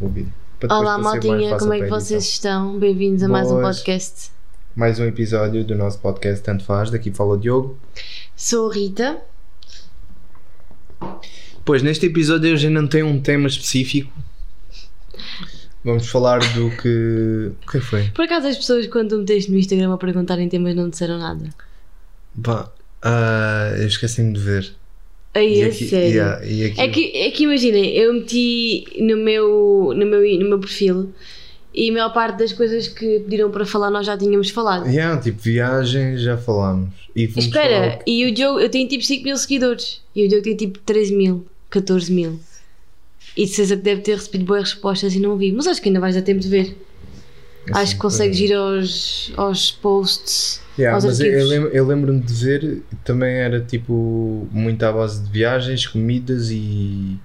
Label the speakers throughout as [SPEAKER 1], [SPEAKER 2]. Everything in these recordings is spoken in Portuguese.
[SPEAKER 1] Covid. Para depois para ser
[SPEAKER 2] Olá,
[SPEAKER 1] mais
[SPEAKER 2] maldinha,
[SPEAKER 1] fácil
[SPEAKER 2] como é que
[SPEAKER 1] para a
[SPEAKER 2] vocês
[SPEAKER 1] edição.
[SPEAKER 2] estão? Bem-vindos a mais um
[SPEAKER 1] Boas.
[SPEAKER 2] podcast.
[SPEAKER 1] Mais um episódio do nosso podcast Tanto Faz, daqui fala o Diogo.
[SPEAKER 2] Sou a Rita.
[SPEAKER 1] Pois, neste episódio eu já não tenho um tema específico. Vamos falar do que... O que foi?
[SPEAKER 2] Por acaso as pessoas quando tu meteste no Instagram a perguntarem temas não disseram nada?
[SPEAKER 1] Pá, ah, eu esqueci-me de ver.
[SPEAKER 2] Aí, é
[SPEAKER 1] aqui-
[SPEAKER 2] sério.
[SPEAKER 1] yeah, e aqui-
[SPEAKER 2] É que, é que imaginem, eu meti no meu, no, meu, no meu perfil e a maior parte das coisas que pediram para falar nós já tínhamos falado.
[SPEAKER 1] Yeah, tipo, viagem, já falámos. E vamos falar
[SPEAKER 2] Espera,
[SPEAKER 1] o
[SPEAKER 2] e o Diogo, eu tenho tipo 5 mil seguidores e o Diogo tem tipo 13 mil, 14 mil. E de certeza que deve ter recebido boas respostas e não vi, mas acho que ainda vais dar tempo de ver.
[SPEAKER 1] que-
[SPEAKER 2] Acho
[SPEAKER 1] assim,
[SPEAKER 2] que consegues
[SPEAKER 1] coisa.
[SPEAKER 2] ir aos, aos posts,
[SPEAKER 1] Yeah,
[SPEAKER 2] aos
[SPEAKER 1] mas eu, eu
[SPEAKER 2] arquivos.
[SPEAKER 1] lembro- eu lembro-me de ver, também era tipo muito à base de viagens, comidas e,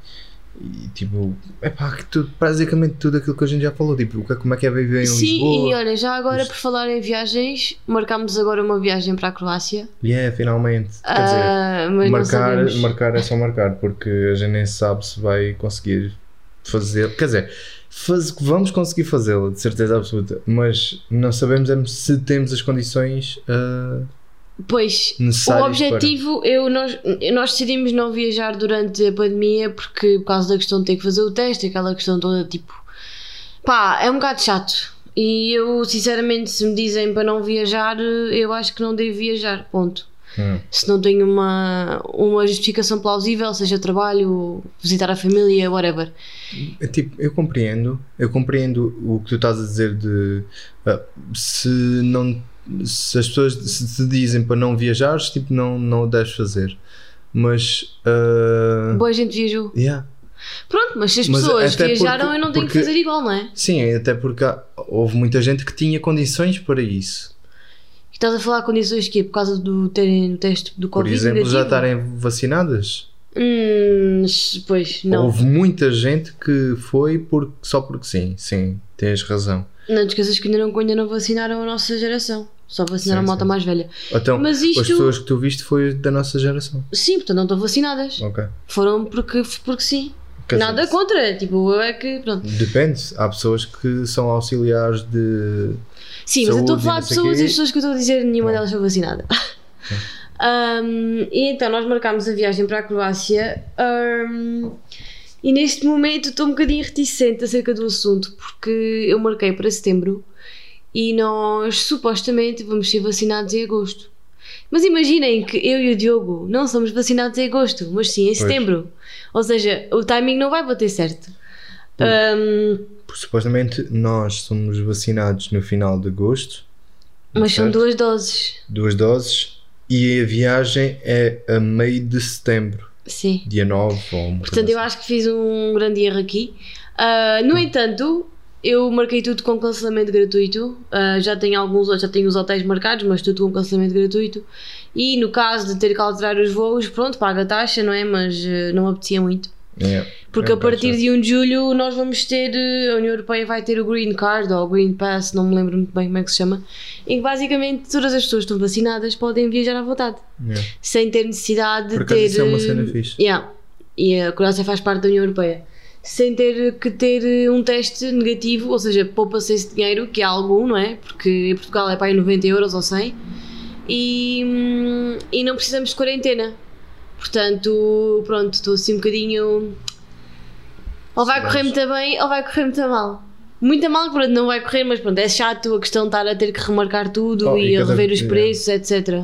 [SPEAKER 1] e tipo, é pá, que tudo, basicamente tudo aquilo que a gente já falou, tipo, o que- como é que é viver em
[SPEAKER 2] Sim, e
[SPEAKER 1] Lisboa.
[SPEAKER 2] olha, já agora
[SPEAKER 1] Os-
[SPEAKER 2] por falar em viagens, marcámos agora uma viagem para a Croácia.
[SPEAKER 1] Yeah, finalmente. Quer dizer,
[SPEAKER 2] Ah, mas não
[SPEAKER 1] marcar,
[SPEAKER 2] sabemos.
[SPEAKER 1] marcar é só marcar, porque a gente nem sabe se vai conseguir fazer, quer dizer, faz- vamos conseguir fazê-la, de certeza absoluta, mas não sabemos é se temos as condições ah,
[SPEAKER 2] Pois,
[SPEAKER 1] necessárias
[SPEAKER 2] o
[SPEAKER 1] para-
[SPEAKER 2] objetivo, eu, nós, nós decidimos não viajar durante a pandemia porque por causa da questão de ter que fazer o teste, aquela questão toda tipo. Pá, é um bocado chato. E eu, sinceramente, se me dizem para não viajar, eu acho que não devo viajar. Ponto.
[SPEAKER 1] Hum.
[SPEAKER 2] Se não tenho uma, uma justificação plausível, seja trabalho, visitar a família, whatever.
[SPEAKER 1] É Tipo, eu compreendo, eu compreendo o que tu estás a dizer de ah, se não se as pessoas se te dizem para não viajares, tipo, não, não o deves fazer. Mas ah,
[SPEAKER 2] Boa gente viajou.
[SPEAKER 1] yeah.
[SPEAKER 2] Pronto, mas se as
[SPEAKER 1] Mas
[SPEAKER 2] pessoas
[SPEAKER 1] até
[SPEAKER 2] viajaram,
[SPEAKER 1] porque-
[SPEAKER 2] eu não tenho
[SPEAKER 1] porque-
[SPEAKER 2] que fazer igual, não é?
[SPEAKER 1] sim, até porque há- houve muita gente que tinha condições para isso.
[SPEAKER 2] Estás a falar condições que é por causa do terem o teste do
[SPEAKER 1] Por
[SPEAKER 2] Covid
[SPEAKER 1] exemplo, já
[SPEAKER 2] negativo?
[SPEAKER 1] estarem vacinadas.
[SPEAKER 2] Hum, pois, não.
[SPEAKER 1] Houve muita gente que foi porque, só porque sim, sim, tens razão.
[SPEAKER 2] Não te esqueças que ainda não, ainda não vacinaram a nossa geração. Só vacinaram
[SPEAKER 1] Sim,
[SPEAKER 2] a malta
[SPEAKER 1] sim.
[SPEAKER 2] mais velha.
[SPEAKER 1] Então,
[SPEAKER 2] Mas
[SPEAKER 1] as
[SPEAKER 2] isto.
[SPEAKER 1] pessoas que tu viste foi da nossa geração.
[SPEAKER 2] Sim, portanto não estão vacinadas.
[SPEAKER 1] Ok.
[SPEAKER 2] Foram porque, porque sim.
[SPEAKER 1] Hum. Quer dizer,
[SPEAKER 2] Nada contra. Tipo, eu é que. Pronto.
[SPEAKER 1] Depende, há pessoas que são auxiliares de.
[SPEAKER 2] Sim, mas eu estou a
[SPEAKER 1] Saúde e
[SPEAKER 2] falar
[SPEAKER 1] não
[SPEAKER 2] de
[SPEAKER 1] sei quê.
[SPEAKER 2] pessoas e as pessoas que eu estou a dizer, nenhuma
[SPEAKER 1] Não.
[SPEAKER 2] delas foi vacinada. Hum, e então nós marcámos a viagem para a Croácia hum, e neste momento estou um bocadinho reticente acerca do assunto porque eu marquei para setembro e nós supostamente vamos ser vacinados em agosto. Mas imaginem que eu e o Diogo não somos vacinados em agosto, mas sim em setembro. Ou seja, o timing não vai bater certo.
[SPEAKER 1] Pois.
[SPEAKER 2] Hum,
[SPEAKER 1] porque Supostamente nós somos vacinados no final de agosto,
[SPEAKER 2] mas são
[SPEAKER 1] Certo.
[SPEAKER 2] duas doses.
[SPEAKER 1] duas doses, e a viagem é a meio de setembro,
[SPEAKER 2] Sim.
[SPEAKER 1] dia 9 ou uma
[SPEAKER 2] Portanto, eu acho que fiz um grande erro aqui. Ah, no entanto, eu marquei tudo com cancelamento gratuito. Ah, já tenho alguns, já tenho os hotéis marcados, mas tudo com cancelamento gratuito. E no caso de ter que alterar os voos, pronto, paga a taxa, não é? Mas ah, não apetecia muito. Porque
[SPEAKER 1] É
[SPEAKER 2] a
[SPEAKER 1] um bocado
[SPEAKER 2] partir
[SPEAKER 1] chato.
[SPEAKER 2] de 1 de julho nós vamos ter, eh, a União Europeia vai ter o Green Card ou o Green Pass, não me lembro muito bem como é que se chama, em que basicamente todas as pessoas que estão vacinadas podem viajar à vontade,
[SPEAKER 1] É,
[SPEAKER 2] sem ter necessidade de
[SPEAKER 1] Por
[SPEAKER 2] ter.
[SPEAKER 1] acaso, isso é uma
[SPEAKER 2] eh,
[SPEAKER 1] cena fixe.
[SPEAKER 2] Yeah. E a Croácia faz parte da União Europeia. Sem ter que ter eh, um teste negativo, ou seja, poupa-se esse dinheiro, que é algum, não é? Porque em Portugal é para aí 90 euros ou 100. E, hum, e não precisamos de quarentena. Portanto, pronto, estou assim um bocadinho. Ou vai
[SPEAKER 1] Sim,
[SPEAKER 2] correr
[SPEAKER 1] mas-
[SPEAKER 2] muito bem ou vai correr muito mal. Muito a mal, pronto, não vai correr, mas pronto, é chato a questão de estar a ter que remarcar tudo
[SPEAKER 1] Oh,
[SPEAKER 2] e,
[SPEAKER 1] e
[SPEAKER 2] a
[SPEAKER 1] cada-
[SPEAKER 2] rever os
[SPEAKER 1] yeah.
[SPEAKER 2] preços, etc.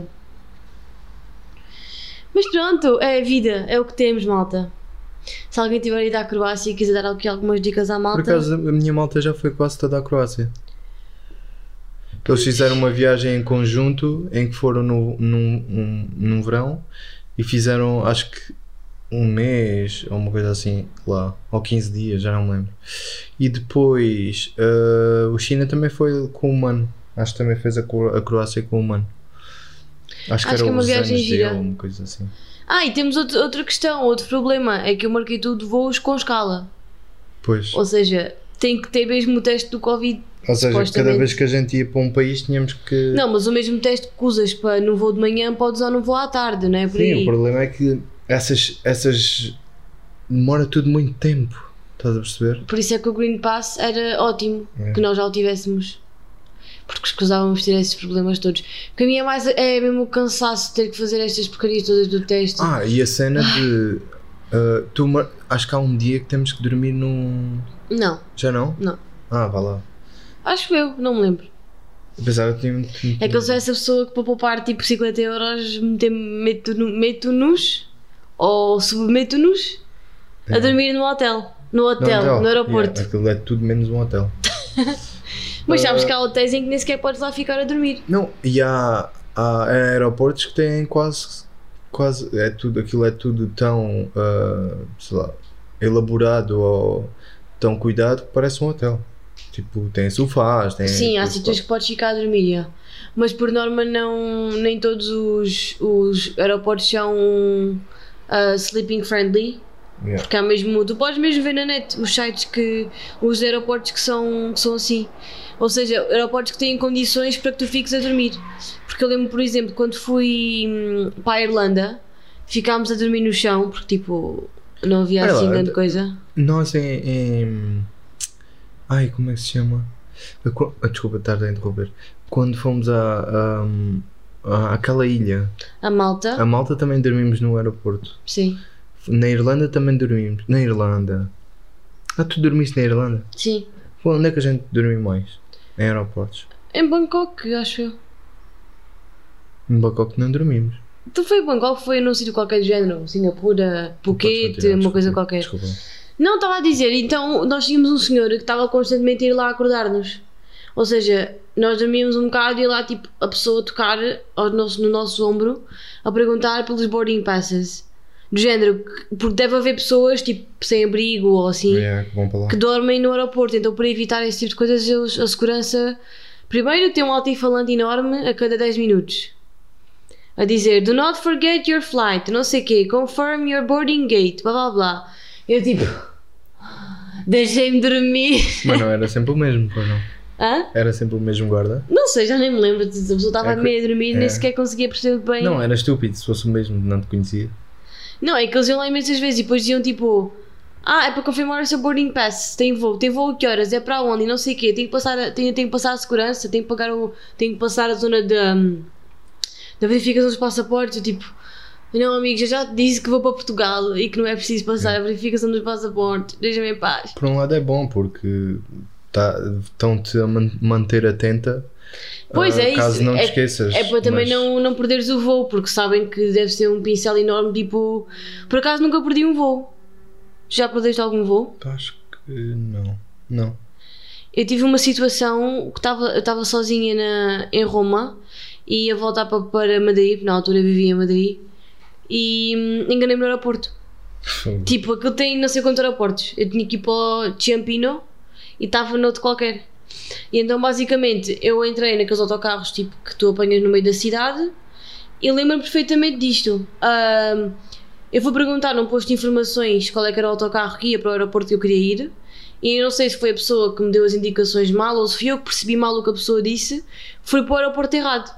[SPEAKER 2] Mas pronto, é a vida, é o que temos, malta. Se alguém tiver ido à Croácia e quiser dar aqui algumas dicas à
[SPEAKER 1] Por
[SPEAKER 2] malta,
[SPEAKER 1] acaso, a minha malta já foi quase toda à Croácia. Eles fizeram uma viagem em conjunto em que foram no, num, um- num verão e fizeram, acho que, um mês ou uma coisa assim lá, ou 15 dias, já não me lembro. E depois ah, o China também foi com o humano, acho que também fez a, Cro- a Croácia com o humano. Acho que era
[SPEAKER 2] Acho que é uma
[SPEAKER 1] os
[SPEAKER 2] viagem
[SPEAKER 1] anos
[SPEAKER 2] gira.
[SPEAKER 1] dele, uma coisa assim.
[SPEAKER 2] Ah, e temos outro- outra questão, outro problema, é que eu marquei tudo voos com escala.
[SPEAKER 1] Pois.
[SPEAKER 2] Ou seja, tem que ter mesmo o teste do Covid.
[SPEAKER 1] Ou seja, cada
[SPEAKER 2] supostamente.
[SPEAKER 1] vez que a gente ia para um país tínhamos que.
[SPEAKER 2] Não, mas o mesmo teste que usas para no voo de manhã podes usar no voo à tarde, não é por
[SPEAKER 1] Sim,
[SPEAKER 2] aí?
[SPEAKER 1] o problema é que essas, essas demora tudo muito tempo. Estás a perceber?
[SPEAKER 2] Por isso é que o Green Pass era ótimo
[SPEAKER 1] É.
[SPEAKER 2] que nós já o tivéssemos. Porque escusávamos ter esses problemas todos. Porque a mim é mais é mesmo o cansaço de ter que fazer estas porcarias todas do teste.
[SPEAKER 1] Ah, e a cena de. ah, tu, mar- acho que há um dia que temos que dormir num.
[SPEAKER 2] Não,
[SPEAKER 1] Já não?
[SPEAKER 2] Não.
[SPEAKER 1] Ah, vá lá.
[SPEAKER 2] acho eu, não me lembro.
[SPEAKER 1] Apesar que tinha que.
[SPEAKER 2] É que eu sou essa pessoa que para poupar tipo 50 euros meter- meto no- meto-nos ou submeto-nos a dormir no hotel. É. No
[SPEAKER 1] Não,
[SPEAKER 2] hotel,
[SPEAKER 1] hotel.
[SPEAKER 2] no
[SPEAKER 1] Yeah,
[SPEAKER 2] aeroporto.
[SPEAKER 1] aquilo é tudo menos um hotel.
[SPEAKER 2] Mas sabes que há hotéis em que nem sequer podes lá ficar a dormir.
[SPEAKER 1] Não, e há, há aeroportos que têm quase. quase é tudo, aquilo é tudo tão. ah, sei lá. elaborado ou tão cuidado que parece um hotel. Tipo, tem sofás, tem.
[SPEAKER 2] Sim, há
[SPEAKER 1] tudo.
[SPEAKER 2] sítios que podes ficar a dormir. já. Mas por norma não, nem todos os, os aeroportos são ah, sleeping friendly.
[SPEAKER 1] Yeah.
[SPEAKER 2] Porque há mesmo, tu podes mesmo ver na net os sites que. os aeroportos que são, que são assim. Ou seja, aeroportos que têm condições para que tu fiques a dormir. Porque eu lembro, por exemplo, quando fui hum, para a Irlanda, ficámos a dormir no chão, porque tipo, não havia
[SPEAKER 1] Olha lá,
[SPEAKER 2] assim grande
[SPEAKER 1] eu-
[SPEAKER 2] coisa.
[SPEAKER 1] Nós em, em- Ai, como é que se chama? A co- ah, Desculpa estar a interromper. Quando fomos à à- à- àquela ilha,
[SPEAKER 2] A Malta,
[SPEAKER 1] a Malta também dormimos no aeroporto.
[SPEAKER 2] sim,
[SPEAKER 1] Na Irlanda também dormimos. Na Irlanda. Ah, tu dormiste na Irlanda?
[SPEAKER 2] sim.
[SPEAKER 1] Pô, onde é que a gente dormiu mais? Em aeroportos.
[SPEAKER 2] Em Bangkok, acho eu.
[SPEAKER 1] Em Bangkok não dormimos.
[SPEAKER 2] Tu foi em Bangkok, foi num sítio qualquer de género, Singapura,
[SPEAKER 1] Podes
[SPEAKER 2] Phuket,
[SPEAKER 1] continuar,
[SPEAKER 2] uma coisa
[SPEAKER 1] desculpa,
[SPEAKER 2] qualquer.
[SPEAKER 1] Desculpa.
[SPEAKER 2] Não, estava a dizer, então nós tínhamos um senhor que estava constantemente a ir lá acordar-nos. Ou seja, nós dormíamos um bocado e lá, tipo, a pessoa a tocar ao nosso, no nosso ombro a perguntar pelos boarding passes. Do género, que- porque deve haver pessoas, tipo, sem abrigo ou assim,
[SPEAKER 1] Yeah, que bom para lá.
[SPEAKER 2] que dormem no aeroporto. Então, para evitar esse tipo de coisas, eles, a segurança. Primeiro, tem um altifalante enorme a cada 10 minutos a dizer: Do not forget your flight, não sei o quê, confirm your boarding gate, blá blá blá. Eu tipo, deixei-me dormir.
[SPEAKER 1] Mas não era sempre o mesmo, pois não?
[SPEAKER 2] Hã?
[SPEAKER 1] Era sempre o mesmo guarda?
[SPEAKER 2] Não sei, já nem me lembro. A pessoa estava
[SPEAKER 1] É que-
[SPEAKER 2] meio a dormir,
[SPEAKER 1] é.
[SPEAKER 2] nem sequer conseguia perceber bem.
[SPEAKER 1] Não, era estúpido. Se fosse o mesmo, não te conhecia.
[SPEAKER 2] Não, é que eles iam lá imensas vezes e depois diziam tipo: Ah, é para confirmar o seu boarding pass. Tem voo, tem voo a que horas? É para onde? E Não sei o quê. Tem que passar a, tem, tem que passar a segurança, tem que, pagar o, tem que passar a zona da, hum, da verificação dos passaportes. Eu tipo: Não, amigo, eu já te disse que vou para Portugal e que não é preciso passar a verificação dos passaportes. Deixa-me em paz.
[SPEAKER 1] Por um lado é bom porque tá, estão-te a man- manter atenta.
[SPEAKER 2] Pois
[SPEAKER 1] ah,
[SPEAKER 2] é, isso.
[SPEAKER 1] Caso não te
[SPEAKER 2] É-
[SPEAKER 1] esqueças.
[SPEAKER 2] É para também
[SPEAKER 1] mas-
[SPEAKER 2] não, não perderes o voo, porque sabem que deve ser um pincel enorme. Tipo, por acaso nunca perdi um voo. Já perdeste algum voo?
[SPEAKER 1] Acho que não. Não.
[SPEAKER 2] Eu tive uma situação que estava, eu estava sozinha na, em Roma e ia voltar para, para Madrid, porque na altura eu vivia em Madrid, e hum, enganei-me no aeroporto. Tipo, aquilo tem não sei quantos aeroportos. Eu tinha que ir para o Ciampino e estava noutro qualquer. E então, basicamente, eu entrei naqueles autocarros tipo, que tu apanhas no meio da cidade e lembro-me perfeitamente disto. Ahm, eu fui perguntar num posto de informações qual é que era o autocarro que ia para o aeroporto que eu queria ir. E eu não sei se foi a pessoa que me deu as indicações mal ou se fui eu que percebi mal o que a pessoa disse. Fui para o aeroporto errado.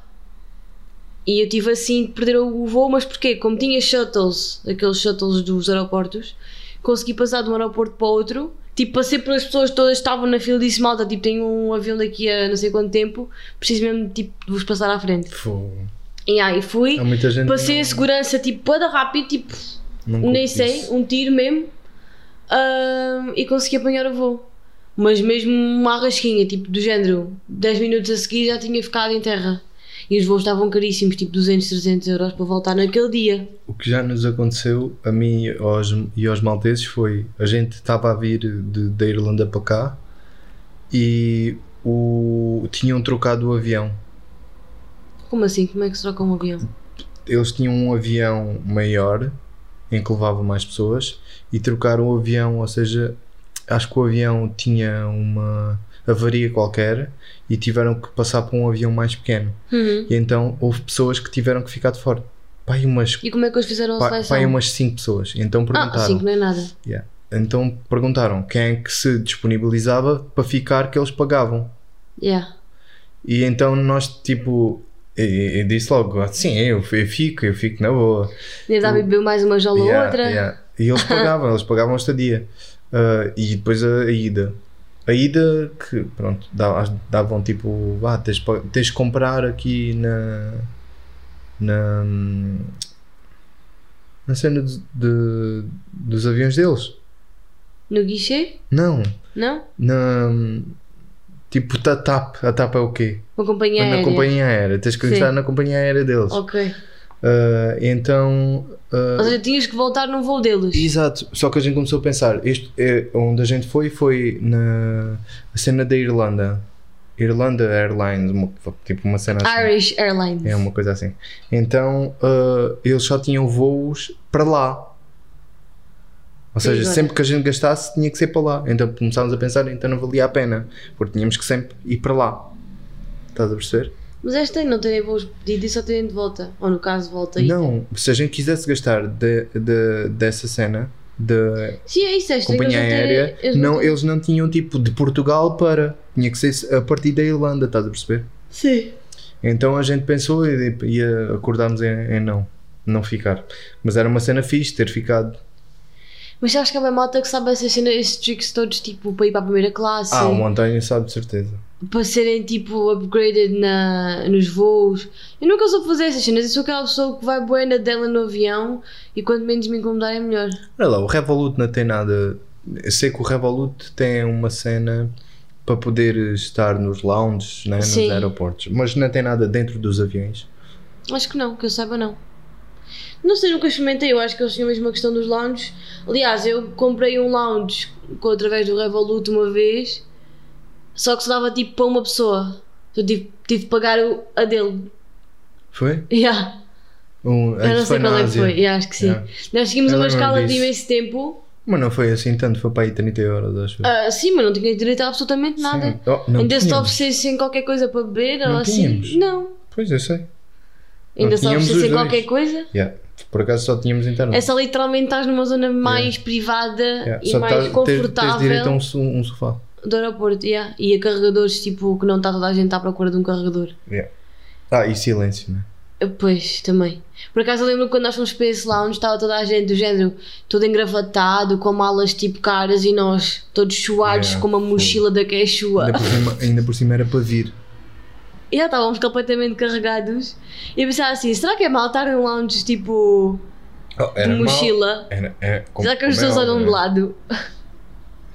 [SPEAKER 2] E eu tive assim de perder o voo, mas porquê? Como tinha shuttles, aqueles shuttles dos aeroportos, consegui passar de um aeroporto para o outro. Tipo, passei pelas pessoas todas que estavam na fila e disse: Malta, tipo, tenho um avião daqui a não sei quanto tempo, preciso mesmo tipo, de vos passar à frente.
[SPEAKER 1] Fogo.
[SPEAKER 2] E aí fui,
[SPEAKER 1] Há muita gente. que
[SPEAKER 2] passei a segurança tipo, toda rápido, tipo,
[SPEAKER 1] não, não curte
[SPEAKER 2] nem sei,
[SPEAKER 1] isso.
[SPEAKER 2] um tiro mesmo, ahm, e consegui apanhar o voo. Mas mesmo uma arrasquinha, tipo, do género, 10 minutos a seguir já tinha ficado em terra. E os voos estavam caríssimos, tipo 200, 300 euros para voltar naquele dia.
[SPEAKER 1] O que já nos aconteceu, a mim e aos, e aos malteses, foi a gente estava a vir de- da Irlanda para cá e o, tinham trocado o avião.
[SPEAKER 2] Como assim? Como é que se troca um avião?
[SPEAKER 1] eles tinham um avião maior em que levava mais pessoas e trocaram o avião, ou seja, acho que o avião tinha uma avaria qualquer e tiveram que passar para um avião mais pequeno.
[SPEAKER 2] Uhum.
[SPEAKER 1] E então houve pessoas que tiveram que ficar de fora. Pai, umas,
[SPEAKER 2] E como é que eles fizeram a
[SPEAKER 1] pai,
[SPEAKER 2] seleção?
[SPEAKER 1] pai, umas cinco pessoas. Então
[SPEAKER 2] ah,
[SPEAKER 1] perguntaram.
[SPEAKER 2] assim que não é nada.
[SPEAKER 1] Yeah. Então perguntaram quem é que se disponibilizava para ficar que eles pagavam.
[SPEAKER 2] Yeah.
[SPEAKER 1] E então nós, tipo, eu, eu disse logo, "Ah, sim, eu, eu fico, eu fico na boa.
[SPEAKER 2] Deve dar a beber mais uma jola ou
[SPEAKER 1] Yeah,
[SPEAKER 2] outra.
[SPEAKER 1] yeah. E eles pagavam, eles pagavam a estadia. Ah, e depois a, a ida. A ida que, pronto, dá- davam tipo, vá, tens, de pa- tens de comprar aqui na. na. na cena de, de- dos aviões deles.
[SPEAKER 2] No guichê?
[SPEAKER 1] Não,
[SPEAKER 2] Não?
[SPEAKER 1] na. tipo, a TAP. A TAP é o quê?
[SPEAKER 2] Uma companhia
[SPEAKER 1] Na
[SPEAKER 2] aérea.
[SPEAKER 1] companhia aérea. Tens que
[SPEAKER 2] Sim.
[SPEAKER 1] entrar na companhia aérea deles.
[SPEAKER 2] Ok.
[SPEAKER 1] Ah, então. ah,
[SPEAKER 2] Ou seja, tinhas que voltar num voo deles.
[SPEAKER 1] Exato, só que a gente começou a pensar, isto é, onde a gente foi foi na a cena da Irlanda. Irlanda Airlines, uma- tipo uma cena assim.
[SPEAKER 2] Irish Airlines.
[SPEAKER 1] É uma coisa assim. Então ah, eles só tinham voos para lá. Ou seja,
[SPEAKER 2] agora?
[SPEAKER 1] sempre que a gente gastasse tinha que ser para lá. Então começámos a pensar, então não valia a pena, porque tínhamos que sempre ir para lá. Estás a perceber?
[SPEAKER 2] Mas esta é não terem voos pedidos e só terem de volta. Ou no caso, volta aí.
[SPEAKER 1] Não, se a gente quisesse gastar de, de- dessa cena, de
[SPEAKER 2] Sim, é isso. Esta é que
[SPEAKER 1] companhia
[SPEAKER 2] eles não terem-
[SPEAKER 1] aérea,
[SPEAKER 2] eles
[SPEAKER 1] não,
[SPEAKER 2] terem-
[SPEAKER 1] eles não tinham tipo de Portugal para, tinha que ser a partir da Irlanda, estás a perceber?
[SPEAKER 2] Sim.
[SPEAKER 1] Então a gente pensou e, tipo, e eh, acordámos em, em não, não ficar. Mas era uma cena fixe ter ficado.
[SPEAKER 2] Mas acho que há bem malta que sabe essas cenas, esses tricks todos, tipo, para ir para a primeira classe.
[SPEAKER 1] Ah, o António sabe de certeza.
[SPEAKER 2] para serem tipo upgraded na, nos voos. Eu nunca soube fazer essas cenas, eu sou aquela pessoa que vai bué na dela no avião e quanto menos me incomodar é melhor.
[SPEAKER 1] Olha lá, o Revolut não tem nada. Eu sei que o Revolut tem uma cena para poder estar nos lounges, né, nos
[SPEAKER 2] Sim.
[SPEAKER 1] aeroportos, mas não tem nada dentro dos aviões.
[SPEAKER 2] Acho que não, que eu saiba não. Não sei, nunca experimentei, eu acho que eles tinham mesmo a questão dos lounges. Aliás, eu comprei um lounge co- através do Revolut uma vez, só que só dava tipo para uma pessoa. Eu tive, tive de pagar o, a dele.
[SPEAKER 1] Foi?
[SPEAKER 2] Yeah.
[SPEAKER 1] Um,
[SPEAKER 2] Eu não
[SPEAKER 1] isso
[SPEAKER 2] sei
[SPEAKER 1] na
[SPEAKER 2] qual é que
[SPEAKER 1] Ásia.
[SPEAKER 2] foi, yeah, acho que sim.
[SPEAKER 1] Yeah.
[SPEAKER 2] Nós seguimos
[SPEAKER 1] Eu
[SPEAKER 2] uma
[SPEAKER 1] lembro-me
[SPEAKER 2] escala de
[SPEAKER 1] disso.
[SPEAKER 2] imenso tempo.
[SPEAKER 1] Mas não foi assim tanto, foi para aí 30 euros, acho.
[SPEAKER 2] Ah, sim, mas não tinha direito a absolutamente nada.
[SPEAKER 1] Sim. Oh, não
[SPEAKER 2] Ainda se te
[SPEAKER 1] tínhamos.
[SPEAKER 2] oferecessem qualquer coisa para beber
[SPEAKER 1] Não
[SPEAKER 2] ou assim?
[SPEAKER 1] tínhamos.
[SPEAKER 2] Não.
[SPEAKER 1] Pois, eu sei.
[SPEAKER 2] Ainda se
[SPEAKER 1] tínhamos os
[SPEAKER 2] oferecessem
[SPEAKER 1] dois.
[SPEAKER 2] qualquer coisa?
[SPEAKER 1] Yeah. Por acaso só tínhamos internet.
[SPEAKER 2] É só literalmente estás numa zona mais privada
[SPEAKER 1] Yeah.
[SPEAKER 2] e
[SPEAKER 1] Só
[SPEAKER 2] mais
[SPEAKER 1] tá- tens-
[SPEAKER 2] confortável
[SPEAKER 1] Tens direito a um, so- um sofá.
[SPEAKER 2] do aeroporto. yeah. E a carregadores, tipo, que não está toda a gente à procura de um carregador. Eh,
[SPEAKER 1] Ah, e silêncio, né?
[SPEAKER 2] Pois, também. Por acaso eu lembro que quando nós fomos para esse lounge estava toda a gente do género todo engravatado, com malas tipo caras e nós todos suados
[SPEAKER 1] Yeah,
[SPEAKER 2] com uma
[SPEAKER 1] fogo.
[SPEAKER 2] mochila da Quechua.
[SPEAKER 1] Ainda por cima, ainda por cima era para vir.
[SPEAKER 2] E já estávamos completamente carregados. E eu pensava assim: será que é mal estar num lounge tipo
[SPEAKER 1] Oh,
[SPEAKER 2] de Um mochila?
[SPEAKER 1] Era, é, com-
[SPEAKER 2] será que as
[SPEAKER 1] como é
[SPEAKER 2] pessoas olham
[SPEAKER 1] óbvio,
[SPEAKER 2] de
[SPEAKER 1] né?
[SPEAKER 2] lado?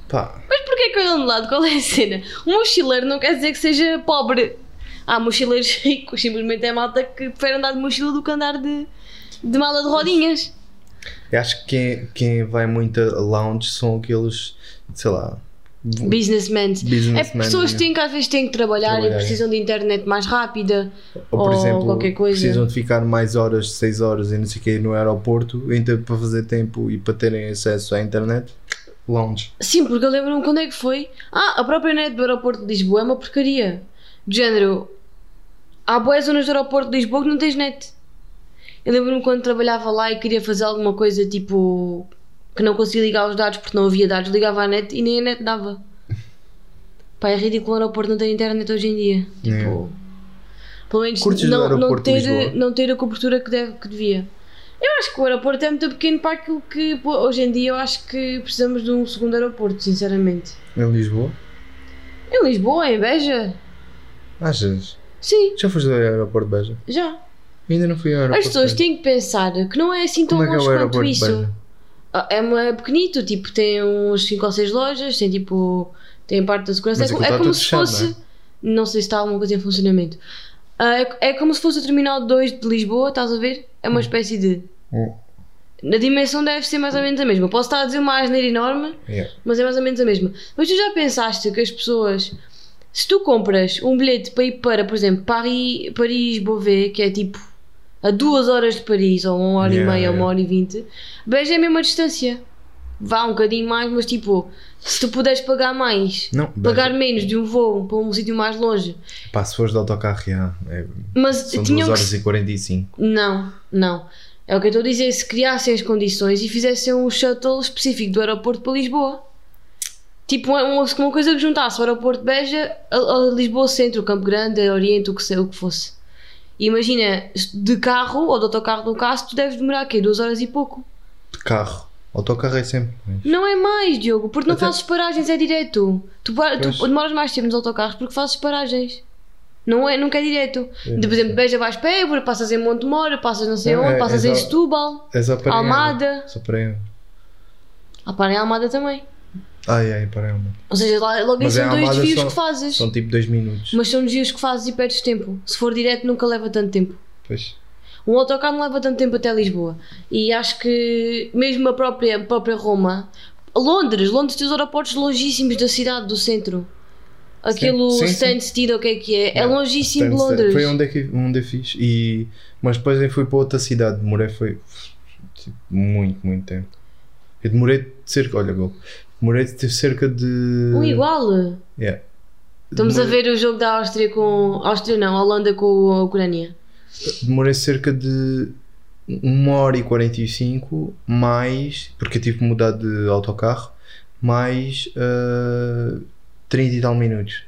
[SPEAKER 1] Pá,
[SPEAKER 2] Mas porquê que olham de lado? Qual é a cena? Um mochileiro não quer dizer que seja pobre. Há mochileiros ricos, simplesmente é malta que prefere andar de mochila do que andar de, de mala de rodinhas.
[SPEAKER 1] eu acho que quem, quem vai muito a lounge são aqueles, sei lá,
[SPEAKER 2] Businessmen. É
[SPEAKER 1] businessmen.
[SPEAKER 2] pessoas que
[SPEAKER 1] né?
[SPEAKER 2] têm que às vezes têm que trabalhar,
[SPEAKER 1] Trabalhar, é.
[SPEAKER 2] e precisam de internet mais rápida.
[SPEAKER 1] Ou, por
[SPEAKER 2] ou
[SPEAKER 1] exemplo,
[SPEAKER 2] qualquer coisa.
[SPEAKER 1] precisam de ficar mais horas, 6 horas e não sei o quê no aeroporto, ainda para fazer tempo e para terem acesso à internet. Lounge.
[SPEAKER 2] Sim, porque eu lembro-me quando é que foi. Ah, a própria net do aeroporto de Lisboa é uma porcaria. De género, há boas zonas do aeroporto de Lisboa que não tens net. Eu lembro-me quando trabalhava lá e queria fazer alguma coisa tipo. que não conseguia ligar os dados porque não havia dados, ligava à net e nem a net dava. Pá, é ridículo o aeroporto não ter internet hoje em dia. Tipo. Pelo menos
[SPEAKER 1] Curtes o
[SPEAKER 2] não, não,
[SPEAKER 1] aeroporto de
[SPEAKER 2] ter,
[SPEAKER 1] Lisboa?
[SPEAKER 2] não ter a cobertura que, deve, que devia. Eu acho que o aeroporto é muito pequeno para aquilo que. pô, hoje em dia eu acho que precisamos de um segundo aeroporto, sinceramente.
[SPEAKER 1] Em Lisboa?
[SPEAKER 2] Em Lisboa, em Beja?
[SPEAKER 1] Achas?
[SPEAKER 2] Sim,
[SPEAKER 1] Já foste ao aeroporto de Beja?
[SPEAKER 2] já.
[SPEAKER 1] Ainda não fui ao aeroporto.
[SPEAKER 2] As pessoas
[SPEAKER 1] de Beja.
[SPEAKER 2] têm que pensar que não é assim tão
[SPEAKER 1] Como é que é
[SPEAKER 2] longe
[SPEAKER 1] o
[SPEAKER 2] quanto
[SPEAKER 1] aeroporto de
[SPEAKER 2] isso.
[SPEAKER 1] Beja?
[SPEAKER 2] Ah, É, uma- é pequenito, tipo, tem uns 5 ou 6 lojas, tem tipo. tem a parte da segurança.
[SPEAKER 1] Mas
[SPEAKER 2] é, co-
[SPEAKER 1] aquilo
[SPEAKER 2] é
[SPEAKER 1] tá
[SPEAKER 2] como
[SPEAKER 1] tudo
[SPEAKER 2] se
[SPEAKER 1] fechado, é?
[SPEAKER 2] fosse. Não, sei se está alguma coisa em funcionamento. Ah, é, é como se fosse o Terminal 2 de Lisboa, estás a ver? É uma espécie de.
[SPEAKER 1] Hum.
[SPEAKER 2] Na dimensão deve ser mais ou menos a mesma. Posso estar a dizer uma asneira enorme,
[SPEAKER 1] Yeah.
[SPEAKER 2] mas é mais ou menos a mesma. Mas tu já pensaste que as pessoas. Se tu compras um bilhete para ir para, por exemplo, Paris, Paris-Beauvais, que é tipo a duas horas de Paris, ou uma hora
[SPEAKER 1] Yeah,
[SPEAKER 2] e meia, ou uma
[SPEAKER 1] yeah.
[SPEAKER 2] hora e vinte, Beja é a mesma distância. Vá um bocadinho mais, mas tipo, se tu puderes pagar mais,
[SPEAKER 1] Não,
[SPEAKER 2] pagar
[SPEAKER 1] Beja.
[SPEAKER 2] menos de um voo para um sítio mais longe,
[SPEAKER 1] Pá, se fores de autocarro, já, é-
[SPEAKER 2] mas
[SPEAKER 1] são 2
[SPEAKER 2] tinham que
[SPEAKER 1] horas e 45.
[SPEAKER 2] não, não. É o que eu estou a dizer. Se criassem as condições e fizessem um shuttle específico do aeroporto para Lisboa. Tipo, uma, uma- uma coisa que juntasse o aeroporto de Beja a, a Lisboa Centro, Campo Grande, Oriente, o que, se- o que fosse. E um Imagina, de carro ou de autocarro no caso, tu deves demorar aqui duas horas e pouco.
[SPEAKER 1] De carro. Autocarro é sempre. mais.
[SPEAKER 2] Não é mais, Diogo, porque não
[SPEAKER 1] Até-
[SPEAKER 2] fazes paragens, é direto. Tu, pa- tu
[SPEAKER 1] Pois.
[SPEAKER 2] demoras mais tempo nos autocarros porque fazes paragens. Não é, nunca é direto.
[SPEAKER 1] Eu
[SPEAKER 2] De,
[SPEAKER 1] não
[SPEAKER 2] por exemplo, Beja vais para Évora, passas em Montemor, passas não sei
[SPEAKER 1] Não,
[SPEAKER 2] onde,
[SPEAKER 1] é-
[SPEAKER 2] passas
[SPEAKER 1] é
[SPEAKER 2] em
[SPEAKER 1] só-
[SPEAKER 2] Setúbal.
[SPEAKER 1] É só para Évora.
[SPEAKER 2] Almada.
[SPEAKER 1] Só para Évora.
[SPEAKER 2] Ah, pá, em Almada também.
[SPEAKER 1] Ai, ai, para Almada.
[SPEAKER 2] Ou seja, lá, logo aí
[SPEAKER 1] Mas é
[SPEAKER 2] são
[SPEAKER 1] em
[SPEAKER 2] dois
[SPEAKER 1] Almada
[SPEAKER 2] desvios
[SPEAKER 1] são-
[SPEAKER 2] que fazes.
[SPEAKER 1] é São tipo dois minutos.
[SPEAKER 2] Mas são desvios que fazes e perdes tempo. Se for direto, nunca leva tanto tempo.
[SPEAKER 1] Pois.
[SPEAKER 2] Um autocarro não leva tanto tempo até Lisboa. E acho que mesmo a própria, a própria Roma. Londres, Londres tem os aeroportos longíssimos da cidade, do centro. Aquilo
[SPEAKER 1] Sim, sim.
[SPEAKER 2] Stansted, o que é que é? É
[SPEAKER 1] Não,
[SPEAKER 2] longíssimo de
[SPEAKER 1] Portanto,
[SPEAKER 2] Londres.
[SPEAKER 1] Foi onde é que onde eu fiz. E, mas depois eu fui para outra cidade. Demorei foi tipo, muito, muito tempo. Eu demorei cerca. Olha, gol. Demorei de ter cerca de.
[SPEAKER 2] Um igual.
[SPEAKER 1] Yeah.
[SPEAKER 2] Estamos a
[SPEAKER 1] demorei,
[SPEAKER 2] ver o jogo da Áustria com. Áustria não, Holanda com a Ucrânia.
[SPEAKER 1] Demorei cerca de uma hora e 45 mais. Porque eu tive que mudar de autocarro. Mais ah, 30 e tal minutos.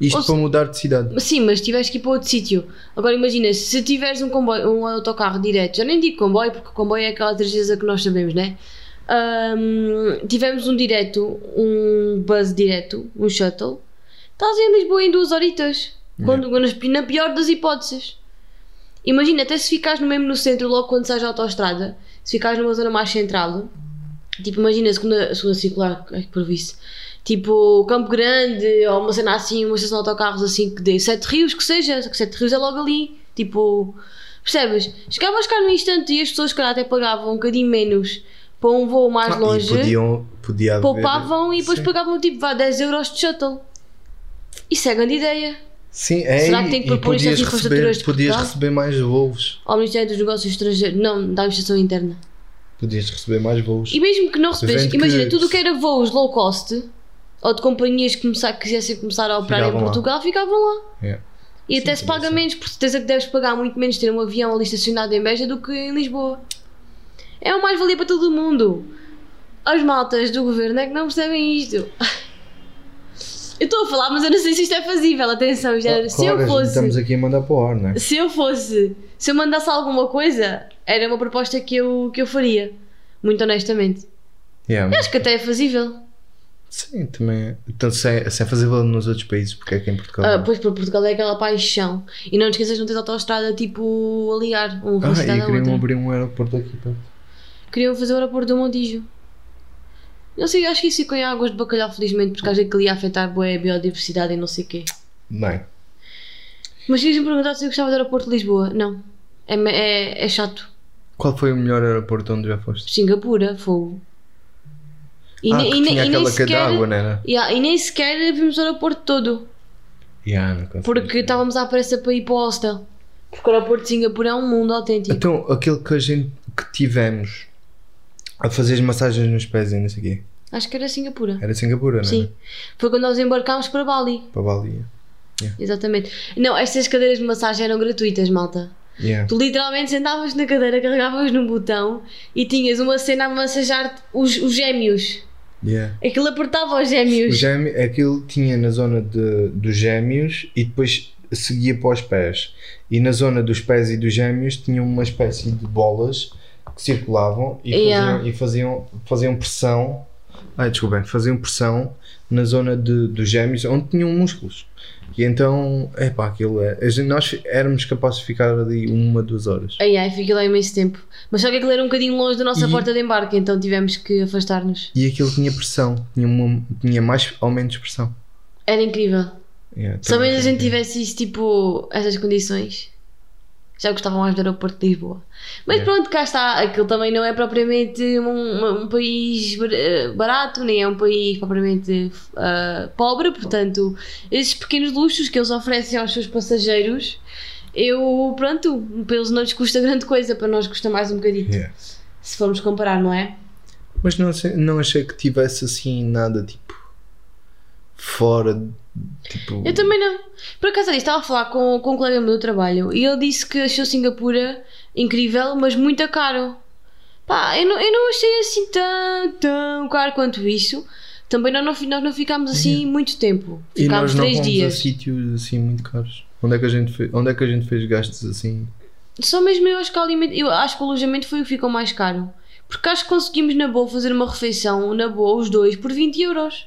[SPEAKER 1] Isto
[SPEAKER 2] Ou se-
[SPEAKER 1] para mudar de cidade.
[SPEAKER 2] Mas Sim, mas tiveste que ir para outro sítio. Agora imagina, se tiveres um comboio, um autocarro direto, já nem digo comboio, porque comboio é aquela tristeza que nós sabemos, né? Ahm, tivemos um direto, um bus direto, um shuttle. Estás em Lisboa em duas horitas. Quando, nas- na pior das hipóteses. Imagina, até se ficares no mesmo no centro, logo quando sais da autostrada, se ficares numa zona mais central, tipo, imagina a segunda, a segunda circular, ai que provice, tipo Campo Grande, ou uma cena assim, uma estação de autocarros assim que dê Sete Rios, que seja, só que Sete Rios é logo ali, tipo, percebes? Chegavas cá no instante e as pessoas, se calhar, até pagavam um bocadinho menos para um voo mais
[SPEAKER 1] Ah, e
[SPEAKER 2] longe
[SPEAKER 1] podiam, podia haver-
[SPEAKER 2] poupavam e depois
[SPEAKER 1] Sim.
[SPEAKER 2] pagavam tipo vá 10 euros de shuttle. Isso é grande ideia.
[SPEAKER 1] Sim, é
[SPEAKER 2] Será que
[SPEAKER 1] e-
[SPEAKER 2] tem que
[SPEAKER 1] e
[SPEAKER 2] propor isto às
[SPEAKER 1] podias
[SPEAKER 2] infraestruturas de
[SPEAKER 1] receber, podias
[SPEAKER 2] Portugal?
[SPEAKER 1] receber mais voos.
[SPEAKER 2] Ao Ministério dos Negócios Estrangeiros, não, da Administração Interna.
[SPEAKER 1] Podias receber mais voos.
[SPEAKER 2] E mesmo que não recebesse,
[SPEAKER 1] Vendo
[SPEAKER 2] imagina,
[SPEAKER 1] é que-
[SPEAKER 2] tudo o que era voos low cost ou de companhias que, começar, que quisessem começar a operar
[SPEAKER 1] Ficavam
[SPEAKER 2] em
[SPEAKER 1] lá.
[SPEAKER 2] Portugal ficavam lá.
[SPEAKER 1] Yeah.
[SPEAKER 2] E
[SPEAKER 1] Sim,
[SPEAKER 2] até se
[SPEAKER 1] podia
[SPEAKER 2] paga
[SPEAKER 1] ser.
[SPEAKER 2] menos, por certeza que deves pagar muito menos ter um avião ali estacionado em Beja do que em Lisboa. É o mais-valia para todo o mundo. As maltas do governo é que não percebem isto. Eu estou a falar, mas eu não sei se isto é fazível. Atenção, isto era-
[SPEAKER 1] Ah,
[SPEAKER 2] se
[SPEAKER 1] claro,
[SPEAKER 2] eu fosse.
[SPEAKER 1] Estamos aqui a mandar para o ar, não é?
[SPEAKER 2] Se eu fosse, se eu mandasse alguma coisa, era uma proposta que eu, que eu faria. Muito honestamente.
[SPEAKER 1] Yeah, mas-
[SPEAKER 2] Acho que até é fazível.
[SPEAKER 1] Sim, também é. Então, sem, sem fazer valor nos outros países, porque é que em
[SPEAKER 2] Ah,
[SPEAKER 1] Portugal.
[SPEAKER 2] pois para Portugal é aquela paixão. E não te esqueças de não tens autoestrada tipo a ligar um
[SPEAKER 1] ah,
[SPEAKER 2] ah, cidade
[SPEAKER 1] e
[SPEAKER 2] a
[SPEAKER 1] queriam
[SPEAKER 2] outra.
[SPEAKER 1] abrir um aeroporto aqui perto.
[SPEAKER 2] Queriam fazer o aeroporto do Montijo. Não sei, acho que isso ficou em águas de bacalhau, felizmente, porque acho que ele ia afetar bué a biodiversidade e não sei o quê.
[SPEAKER 1] Não é?
[SPEAKER 2] Mas quis me perguntar se eu gostava do aeroporto de Lisboa. Não. É, me- é, é chato.
[SPEAKER 1] Qual foi o melhor aeroporto onde já foste?
[SPEAKER 2] Singapura, fogo. E,
[SPEAKER 1] ah,
[SPEAKER 2] ne-
[SPEAKER 1] que
[SPEAKER 2] e ne-
[SPEAKER 1] tinha
[SPEAKER 2] e nem
[SPEAKER 1] aquela
[SPEAKER 2] sequer-
[SPEAKER 1] que é de água, não era?
[SPEAKER 2] Yeah, e nem sequer vimos o aeroporto todo.
[SPEAKER 1] Yeah, não consegui.
[SPEAKER 2] Porque tipo, estávamos à pressa para ir para o hostel. Porque o aeroporto de Singapura é um mundo autêntico.
[SPEAKER 1] Então, aquele que a gente que tivemos a fazer as massagens nos pés e não sei o quê.
[SPEAKER 2] Acho que era Singapura.
[SPEAKER 1] Era Singapura, não era?
[SPEAKER 2] Sim. Foi quando nós embarcámos para Bali.
[SPEAKER 1] Para Bali.
[SPEAKER 2] Exatamente. Não, estas cadeiras de massagem eram gratuitas, malta.
[SPEAKER 1] Yeah.
[SPEAKER 2] Tu literalmente sentavas na cadeira, carregavas num botão e tinhas uma cena a massajar os, os gêmeos.
[SPEAKER 1] Yeah.
[SPEAKER 2] Aquilo apertava os
[SPEAKER 1] O
[SPEAKER 2] gêmeos.
[SPEAKER 1] gêmeo, aquilo tinha na zona de, dos gêmeos e depois seguia para os pés. E na zona dos pés e dos gêmeos tinha uma espécie de bolas que circulavam e faziam,
[SPEAKER 2] Yeah.
[SPEAKER 1] e faziam, faziam pressão. Ai, desculpem, faziam pressão na zona de, dos gêmeos onde tinham músculos. E então, epá, aquilo é. a gente- Nós éramos capazes de ficar ali uma, duas horas.
[SPEAKER 2] Ai ai, fiquei lá imenso tempo. Mas só que aquilo era um bocadinho longe da nossa
[SPEAKER 1] E-
[SPEAKER 2] porta de embarque, então tivemos que afastar-nos.
[SPEAKER 1] E aquilo tinha pressão, tinha, uma- tinha mais ou menos pressão.
[SPEAKER 2] Era incrível.
[SPEAKER 1] Yeah,
[SPEAKER 2] Se ao
[SPEAKER 1] também
[SPEAKER 2] menos a
[SPEAKER 1] foi
[SPEAKER 2] gente
[SPEAKER 1] incrível.
[SPEAKER 2] tivesse isso, tipo, essas condições, já gostava mais do aeroporto de Lisboa. Mas
[SPEAKER 1] É.
[SPEAKER 2] pronto, cá está. Aquilo também não é propriamente um, um país bar- eh, barato, nem é um país propriamente ah, pobre. Portanto, esses pequenos luxos que eles oferecem aos seus passageiros, eu, pronto, para eles não lhes custa grande coisa, para nós custa mais um bocadinho.
[SPEAKER 1] Yeah.
[SPEAKER 2] Se formos comparar, não é?
[SPEAKER 1] Mas não, sei- não achei que tivesse assim nada tipo fora de- tipo.
[SPEAKER 2] Eu também não. Por acaso, olha, estava a falar com, com um colega meu do trabalho e ele disse que achou Singapura incrível, mas muito caro. Pá, eu não, eu não achei assim tão, tão caro quanto isso. Também nós não, fi- nós não ficámos assim muito tempo.
[SPEAKER 1] Uhum. e nós
[SPEAKER 2] Ficámos
[SPEAKER 1] não
[SPEAKER 2] três
[SPEAKER 1] fomos
[SPEAKER 2] dias.
[SPEAKER 1] a sítios assim muito caros. Onde é que a gente fez, onde é que a gente fez gastos assim?
[SPEAKER 2] Só mesmo eu acho que o aliment- eu acho que o alojamento foi o que ficou mais caro. Porque acho que conseguimos na boa fazer uma refeição, na boa, os dois, por 20 euros.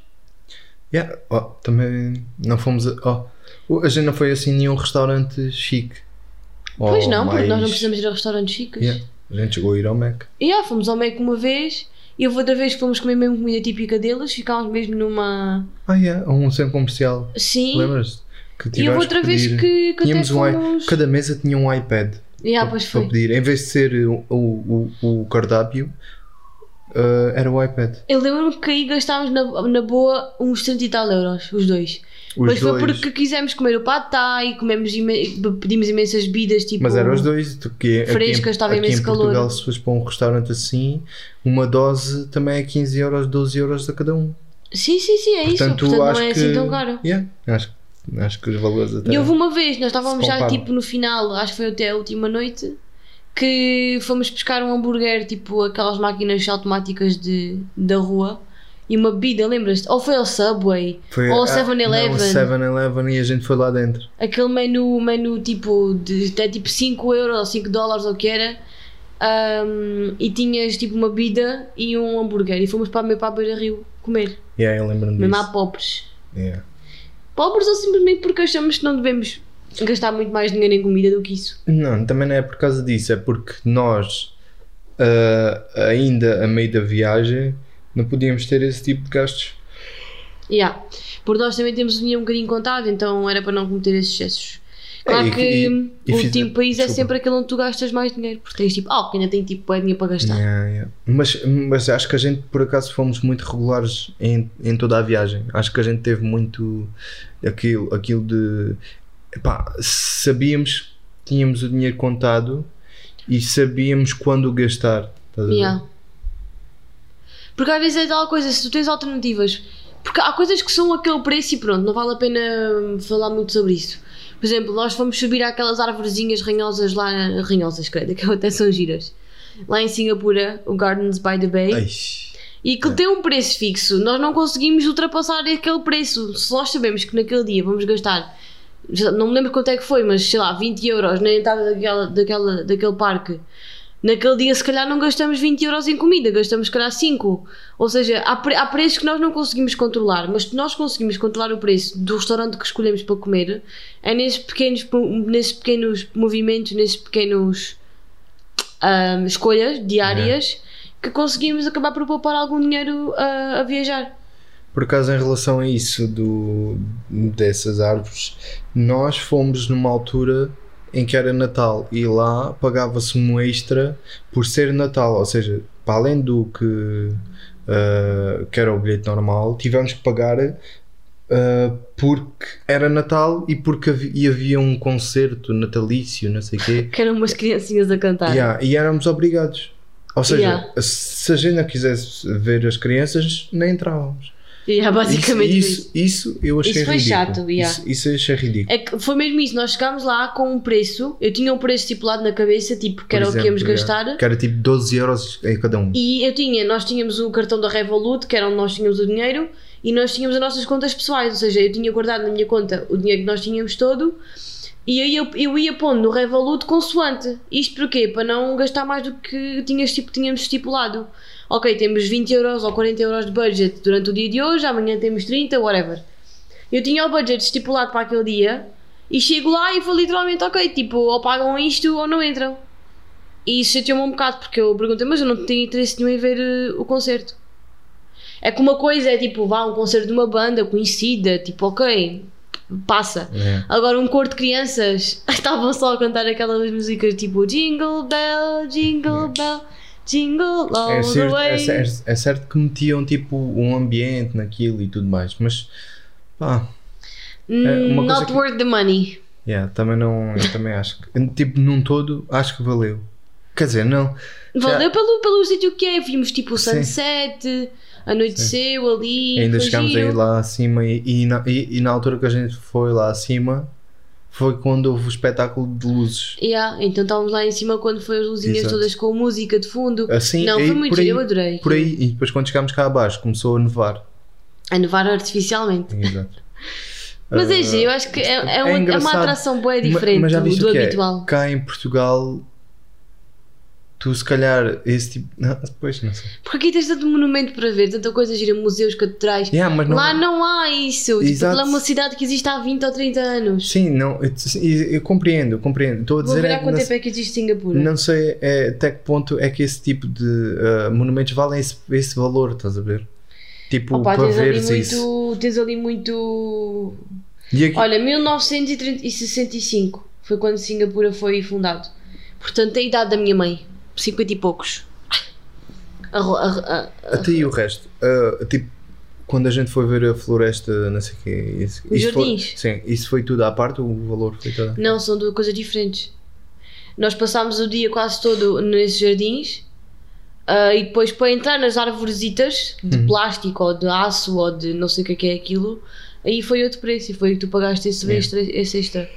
[SPEAKER 1] Yeah. Oh, também não fomos. A, oh, a gente não foi assim nenhum restaurante chique.
[SPEAKER 2] pois
[SPEAKER 1] Oh,
[SPEAKER 2] não, porque nós não
[SPEAKER 1] mais-
[SPEAKER 2] precisamos ir a restaurantes chiques.
[SPEAKER 1] Yeah. A gente chegou a ir ao Mac.
[SPEAKER 2] E ah, fomos ao Mac uma vez e houve outra vez que fomos comer mesmo comida típica deles, ficámos mesmo numa.
[SPEAKER 1] Ah, yeah, a um centro comercial.
[SPEAKER 2] Sim.
[SPEAKER 1] Lembras-te? Que
[SPEAKER 2] E houve
[SPEAKER 1] tivemos
[SPEAKER 2] outra
[SPEAKER 1] que
[SPEAKER 2] vez
[SPEAKER 1] pedir-
[SPEAKER 2] que, que até
[SPEAKER 1] Tínhamos um i-
[SPEAKER 2] fomos.
[SPEAKER 1] Cada mesa tinha um iPad
[SPEAKER 2] E ah,
[SPEAKER 1] para,
[SPEAKER 2] pois
[SPEAKER 1] para
[SPEAKER 2] foi.
[SPEAKER 1] pedir. Em vez de ser o, o, o- o cardápio, eh, era o iPad.
[SPEAKER 2] Eu lembro-me que aí gastámos na, na boa uns 30 e tal euros, os dois.
[SPEAKER 1] Os
[SPEAKER 2] Mas
[SPEAKER 1] dois.
[SPEAKER 2] foi porque quisemos comer o pad thai, comemos imen- pedimos imensas bebidas, tipo.
[SPEAKER 1] Mas eram os dois, tu que aqui em-
[SPEAKER 2] frescas, estava
[SPEAKER 1] aqui em
[SPEAKER 2] imenso calor.
[SPEAKER 1] Portugal, se fores para um restaurante assim, uma dose também é 15 euros, 12 euros a cada um.
[SPEAKER 2] Sim, sim, sim, é isso. Portanto, não é assim tão caro.
[SPEAKER 1] Yeah, acho, acho que os valores até.
[SPEAKER 2] E houve uma vez, nós
[SPEAKER 1] É.
[SPEAKER 2] estávamos
[SPEAKER 1] Se
[SPEAKER 2] já
[SPEAKER 1] compara.
[SPEAKER 2] tipo no final, acho que foi até a última noite, que fomos pescar um hambúrguer, tipo aquelas máquinas automáticas de, da rua, e uma bebida, lembras-te? Ou foi ao Subway,
[SPEAKER 1] Foi
[SPEAKER 2] ou ao
[SPEAKER 1] a-
[SPEAKER 2] 7-Eleven.
[SPEAKER 1] não, o 7-Eleven e a gente foi lá dentro.
[SPEAKER 2] aquele menu, menu tipo de até tipo 5 euros ou 5 dólares ou o que era, ahm, e tinhas tipo uma bebida e um hambúrguer, e fomos para, para a Beira Rio comer,
[SPEAKER 1] Yeah, eu lembro-me
[SPEAKER 2] mesmo à
[SPEAKER 1] disso.
[SPEAKER 2] pobres.
[SPEAKER 1] Yeah.
[SPEAKER 2] Pobres ou simplesmente porque achamos que não devemos gastar muito mais dinheiro em comida do que isso.
[SPEAKER 1] Não, também não é por causa disso, é porque nós, ah, ainda a meio da viagem, não podíamos ter esse tipo de gastos.
[SPEAKER 2] Yeah. Por nós também temos o dinheiro um bocadinho contado, então era para não cometer esses excessos.
[SPEAKER 1] É,
[SPEAKER 2] Claro
[SPEAKER 1] e-
[SPEAKER 2] que
[SPEAKER 1] e- e
[SPEAKER 2] o
[SPEAKER 1] fiz-
[SPEAKER 2] último país é
[SPEAKER 1] desculpa.
[SPEAKER 2] sempre aquele onde tu gastas mais dinheiro, porque tens tipo, ah, que ainda tem tipo bué dinheiro para gastar.
[SPEAKER 1] Yeah, yeah. Mas, mas acho que a gente, por acaso, fomos muito regulares em, em toda a viagem. Acho que a gente teve muito aquilo, aquilo de. Epá, sabíamos que tínhamos o dinheiro contado e sabíamos quando o gastar. estás a ver?
[SPEAKER 2] Yeah. Porque às vezes é tal coisa, se tu tens alternativas, porque há coisas que são aquele preço e pronto, não vale a pena hum, falar muito sobre isso. Por exemplo, nós fomos subir àquelas arvorezinhas ranhosas lá, ranhosas, credo, que até são giras, lá em Singapura, o Gardens by the Bay.
[SPEAKER 1] Ai,
[SPEAKER 2] E que tem um preço fixo, nós não conseguimos ultrapassar aquele preço. Se nós sabemos que naquele dia vamos gastar, já não me lembro quanto é que foi, mas sei lá, 20 euros na entrada daquela, daquela, daquele parque, naquele dia se calhar não gastamos 20 euros em comida, gastamos se calhar 5. Ou seja, há, pre- há preços que nós não conseguimos controlar, mas se nós conseguimos controlar o preço do restaurante que escolhemos para comer, é nesses pequenos, po- nesses pequenos movimentos, nesses pequenos ahm, escolhas diárias que conseguimos acabar por poupar algum dinheiro ah, a viajar.
[SPEAKER 1] Por acaso, em relação a isso do, dessas árvores, nós fomos numa altura em que era Natal e lá pagava-se um extra por ser Natal, ou seja, para além do que, ah, que era o bilhete normal, tivemos que pagar ah, porque era Natal e porque havi- e havia um concerto natalício, não sei o quê,
[SPEAKER 2] Que eram umas criancinhas a cantar.
[SPEAKER 1] Yeah, e éramos obrigados. Ou seja,
[SPEAKER 2] Ah. Yeah.
[SPEAKER 1] se a gente não quisesse ver as crianças, nem entrávamos.
[SPEAKER 2] Yeah, basicamente
[SPEAKER 1] Isso,
[SPEAKER 2] isso.
[SPEAKER 1] isso, isso eu achei
[SPEAKER 2] Isso foi
[SPEAKER 1] ridículo.
[SPEAKER 2] chato, yeah.
[SPEAKER 1] Isso, isso eu achei ridículo.
[SPEAKER 2] É que foi mesmo isso, nós chegámos lá com um preço, eu tinha um preço estipulado na cabeça, tipo, que era o que íamos gastar.
[SPEAKER 1] Que era tipo 12 euros em cada um.
[SPEAKER 2] E eu tinha, nós tínhamos o cartão da Revolut, que era onde nós tínhamos o dinheiro, e nós tínhamos as nossas contas pessoais, ou seja, eu tinha guardado na minha conta o dinheiro que nós tínhamos todo, e aí eu, eu ia pondo no Revolut consoante. Isto porquê? Para não gastar mais do que tinhas, tipo, tínhamos estipulado. Ok, temos 20 euros ou 40 euros de budget durante o dia de hoje, amanhã temos 30, whatever. Eu tinha o budget estipulado para aquele dia, e chego lá e vou literalmente, ok, tipo, ou pagam isto ou não entram. E isso chateou-me um bocado, porque eu perguntei, mas eu não tenho interesse nenhum em ver eh, o concerto. É que uma coisa é tipo, vá a um concerto de uma banda conhecida, tipo, ok, passa.
[SPEAKER 1] É.
[SPEAKER 2] Agora, um coro de crianças estavam só a cantar aquelas músicas tipo Jingle Bell, Jingle Bell, Jingle All
[SPEAKER 1] É
[SPEAKER 2] the
[SPEAKER 1] certo,
[SPEAKER 2] Way.
[SPEAKER 1] é, certo, é certo que metiam tipo um ambiente naquilo e tudo mais, mas pá, é uma
[SPEAKER 2] Hum,
[SPEAKER 1] coisa
[SPEAKER 2] Not
[SPEAKER 1] que-
[SPEAKER 2] worth the money.
[SPEAKER 1] yeah, também não, eu também acho que, tipo, num todo, acho que valeu. Quer dizer, não,
[SPEAKER 2] Valeu pelo, pelo sítio que é, vimos tipo o
[SPEAKER 1] Sim.
[SPEAKER 2] sunset, anoiteceu ali.
[SPEAKER 1] ainda
[SPEAKER 2] foi
[SPEAKER 1] chegámos
[SPEAKER 2] giro.
[SPEAKER 1] aí lá acima e, e na, e- e na altura que a gente foi lá acima foi quando houve o espetáculo de luzes.
[SPEAKER 2] Yeah, então estávamos lá em cima quando foi as luzinhas
[SPEAKER 1] Exato.
[SPEAKER 2] todas com música de fundo.
[SPEAKER 1] Assim,
[SPEAKER 2] não,
[SPEAKER 1] aí,
[SPEAKER 2] foi muito
[SPEAKER 1] por aí,
[SPEAKER 2] giro, eu adorei.
[SPEAKER 1] por aí, e depois quando chegámos cá abaixo começou a nevar.
[SPEAKER 2] A nevar artificialmente.
[SPEAKER 1] Exato.
[SPEAKER 2] Mas é
[SPEAKER 1] Ah,
[SPEAKER 2] giro, eu acho que é, é,
[SPEAKER 1] é
[SPEAKER 2] um- é uma
[SPEAKER 1] engraçado.
[SPEAKER 2] atração boa
[SPEAKER 1] Ah, Ma-
[SPEAKER 2] diferente
[SPEAKER 1] já viste
[SPEAKER 2] do
[SPEAKER 1] o que é?
[SPEAKER 2] habitual.
[SPEAKER 1] Cá em Portugal Tu, se calhar, esse tipo. Não, depois não sei.
[SPEAKER 2] Porque aqui tens tanto monumento para ver, tanta coisa gira, museus, catedrais.
[SPEAKER 1] Yeah, mas não-
[SPEAKER 2] Lá não há isso. Tipo,
[SPEAKER 1] Exato.
[SPEAKER 2] aquilo é uma cidade que existe há 20 ou 30 anos.
[SPEAKER 1] Sim, não, eu, eu compreendo, eu compreendo. Estou a
[SPEAKER 2] Vou
[SPEAKER 1] dizer
[SPEAKER 2] ver
[SPEAKER 1] é
[SPEAKER 2] há
[SPEAKER 1] que
[SPEAKER 2] quanto
[SPEAKER 1] não,
[SPEAKER 2] tempo é que existe Singapura.
[SPEAKER 1] não sei é, até que ponto é que esse tipo de ah, monumentos valem esse, esse valor, estás a ver? Tipo,
[SPEAKER 2] Opa,
[SPEAKER 1] para
[SPEAKER 2] tens ali
[SPEAKER 1] veres
[SPEAKER 2] muito.
[SPEAKER 1] isso.
[SPEAKER 2] Tens ali muito.
[SPEAKER 1] E aqui,
[SPEAKER 2] Olha, 1965 foi quando Singapura foi fundado. Portanto, a idade da minha mãe, 50 e poucos. A ro- a- a-
[SPEAKER 1] até aí o resto. Ah, tipo, quando a gente foi ver a floresta, não sei o quê. Isso,
[SPEAKER 2] Os
[SPEAKER 1] isso foi,
[SPEAKER 2] jardins.
[SPEAKER 1] sim, isso foi tudo à parte, o valor foi todo. à-
[SPEAKER 2] Não, são duas coisas diferentes. Nós passámos o dia quase todo nesses jardins ah, e depois para entrar nas arvoresitas de plástico ou de aço ou de não sei o que é que é aquilo, aí foi outro preço e foi o que tu pagaste esse
[SPEAKER 1] Yeah.
[SPEAKER 2] extra. Esse extra.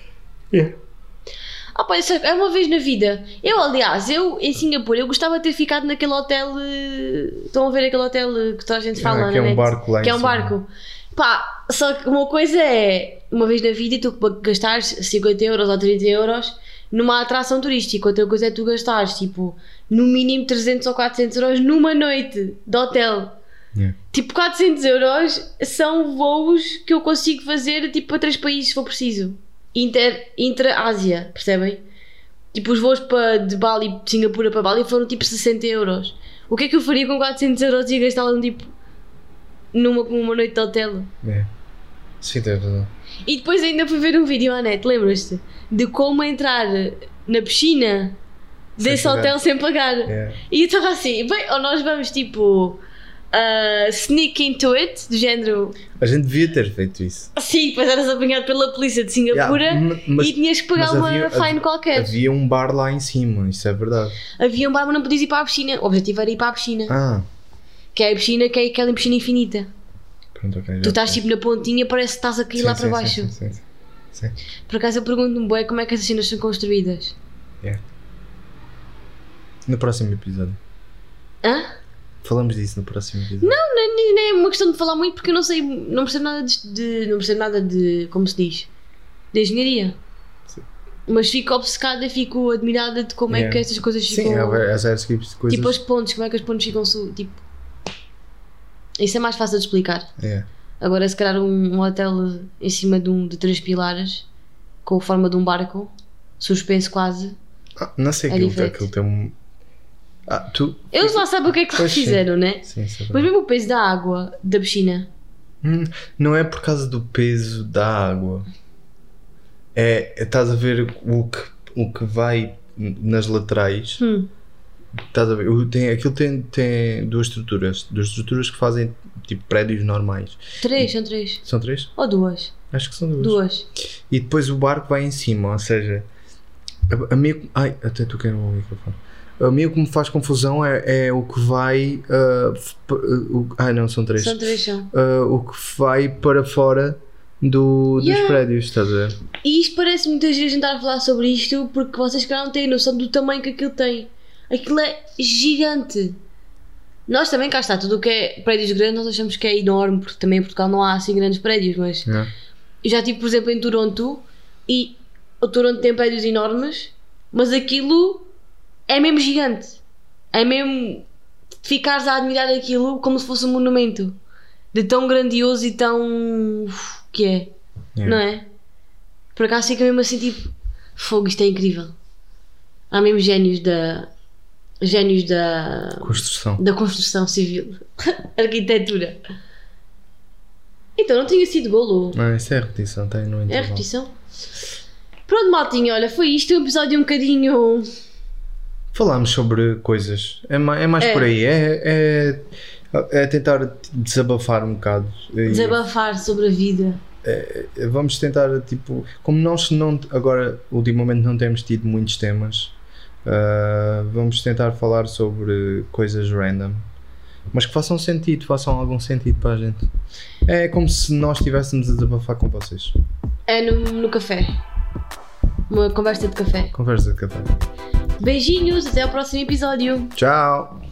[SPEAKER 2] Ah, pá, isso é uma vez na vida. Eu, aliás, eu em Singapura, eu gostava de ter ficado naquele hotel. eh, Estão a ver aquele hotel eh, que toda a gente
[SPEAKER 1] Ah,
[SPEAKER 2] fala,
[SPEAKER 1] que é
[SPEAKER 2] na
[SPEAKER 1] um
[SPEAKER 2] net?
[SPEAKER 1] barco lá em
[SPEAKER 2] Que é um
[SPEAKER 1] cima.
[SPEAKER 2] barco. Pá, só que uma coisa é uma vez na vida e tu gastares 50 euros ou 30 euros numa atração turística, outra coisa é tu gastares tipo no mínimo 300 ou 400 euros numa noite de hotel.
[SPEAKER 1] Yeah.
[SPEAKER 2] Tipo, 400 euros são voos que eu consigo fazer tipo para três países se for preciso. Inter, intra-Ásia, percebem? Tipo, os voos para, de Bali, de Singapura para Bali foram tipo 60 euros. O que é que eu faria com 400 euros e gastá-lo tipo numa, numa noite de hotel?
[SPEAKER 1] É. Sim, tens razão.
[SPEAKER 2] E depois ainda fui ver um vídeo à net, lembras-te? De como entrar na piscina
[SPEAKER 1] Sem
[SPEAKER 2] desse
[SPEAKER 1] pagar.
[SPEAKER 2] hotel sem pagar.
[SPEAKER 1] É.
[SPEAKER 2] E eu estava assim, bem, ou nós vamos tipo ah, sneak into it, do género
[SPEAKER 1] A gente devia ter feito isso.
[SPEAKER 2] assim, depois eras apanhado pela polícia de Singapura
[SPEAKER 1] Yeah, ma- mas-
[SPEAKER 2] e é. tinhas que pagar
[SPEAKER 1] mas
[SPEAKER 2] uma
[SPEAKER 1] havia-
[SPEAKER 2] fine
[SPEAKER 1] havia-
[SPEAKER 2] qualquer. Havia,
[SPEAKER 1] Havia um bar lá em cima, isso é verdade.
[SPEAKER 2] um bar, mas não podias ir para a piscina. O objetivo era ir para a piscina,
[SPEAKER 1] Ah,
[SPEAKER 2] que é a piscina que é aquela piscina infinita.
[SPEAKER 1] pronto, ok. já
[SPEAKER 2] Tu estás
[SPEAKER 1] sei.
[SPEAKER 2] tipo na pontinha, parece que estás a cair
[SPEAKER 1] Sim,
[SPEAKER 2] lá
[SPEAKER 1] sim,
[SPEAKER 2] para
[SPEAKER 1] sim,
[SPEAKER 2] baixo.
[SPEAKER 1] Sim, sim, sim.
[SPEAKER 2] Por acaso eu pergunto-me bem como é que essas cenas são construídas.
[SPEAKER 1] No próximo episódio.
[SPEAKER 2] Hã?
[SPEAKER 1] Falamos disso no próximo episódio. Não!
[SPEAKER 2] Nem, nem é uma questão de falar muito porque eu não sei, não percebo nada de, de- não percebo nada de, como se diz, de engenharia.
[SPEAKER 1] Sim.
[SPEAKER 2] Mas fico obcecada, fico admirada de como é
[SPEAKER 1] Yeah.
[SPEAKER 2] que estas coisas
[SPEAKER 1] Sim,
[SPEAKER 2] ficam.
[SPEAKER 1] há as airskips de coisas.
[SPEAKER 2] Tipo as pontes, como é que as pontes ficam su- tipo. Isso é mais fácil de explicar.
[SPEAKER 1] É.
[SPEAKER 2] Agora, se calhar, um, um hotel em cima de, um, de três pilares, com a forma de um barco, suspenso quase.
[SPEAKER 1] Ah, não sei
[SPEAKER 2] É
[SPEAKER 1] aquilo,
[SPEAKER 2] diferente.
[SPEAKER 1] aquilo tem um. Ah, tu.
[SPEAKER 2] Eles lá sabem o que é que lá
[SPEAKER 1] Pois sim.
[SPEAKER 2] fizeram, né?
[SPEAKER 1] Sim, isso é
[SPEAKER 2] Mas
[SPEAKER 1] verdade.
[SPEAKER 2] mesmo o peso da água da piscina.
[SPEAKER 1] Hum, Não é por causa do peso da água. É. Estás a ver o que, o que vai nas laterais.
[SPEAKER 2] Hum.
[SPEAKER 1] Estás a ver? O- Tem, aquilo tem, tem duas estruturas. Duas estruturas que fazem tipo prédios normais.
[SPEAKER 2] Três, são três.
[SPEAKER 1] São três?
[SPEAKER 2] Ou duas.
[SPEAKER 1] Acho que são
[SPEAKER 2] Duas.
[SPEAKER 1] E depois o barco vai em cima, ou seja, a, a minha. Ai, até tu quero o microfone. A minha que me faz confusão é, é o que vai. ah, f- p- o- ai não, são três.
[SPEAKER 2] São três, são.
[SPEAKER 1] Ah, o que vai para fora do, dos
[SPEAKER 2] Yeah.
[SPEAKER 1] prédios, estás a ver?
[SPEAKER 2] E isto parece muitas vezes andar a falar sobre isto porque vocês que não têm noção do tamanho que aquilo tem. Aquilo é gigante. Nós também, cá está, tudo o que é prédios grandes nós achamos que é enorme, porque também em Portugal não há assim grandes prédios, mas
[SPEAKER 1] Yeah.
[SPEAKER 2] eu já estive, por exemplo, em Toronto e o Toronto tem prédios enormes, mas aquilo é mesmo gigante. É mesmo de ficares a admirar aquilo como se fosse um monumento de tão grandioso e tão uf, que é,
[SPEAKER 1] Yeah.
[SPEAKER 2] não é? Por acaso fica mesmo assim tipo fogo, isto é incrível. Há mesmo génios da génios da
[SPEAKER 1] Construção.
[SPEAKER 2] da construção civil, arquitetura. Então não tinha sido golo.
[SPEAKER 1] Não, isso é repetição, tem no
[SPEAKER 2] É a
[SPEAKER 1] intervalo.
[SPEAKER 2] repetição. Pronto, maltinho, olha, foi isto um episódio um bocadinho.
[SPEAKER 1] Falámos sobre coisas. É, ma- é mais
[SPEAKER 2] É.
[SPEAKER 1] por aí. É, é, é tentar desabafar um bocado. E-
[SPEAKER 2] Desabafar sobre a vida.
[SPEAKER 1] vamos tentar, tipo, como nós não, agora ultimamente não temos tido muitos temas, ah, vamos tentar falar sobre coisas random, mas que façam sentido, façam algum sentido para a gente. É como se nós estivéssemos a desabafar com vocês.
[SPEAKER 2] É no, no café. Uma conversa de café.
[SPEAKER 1] Conversa de café.
[SPEAKER 2] Beijinhos, até ao próximo episódio.
[SPEAKER 1] Tchau!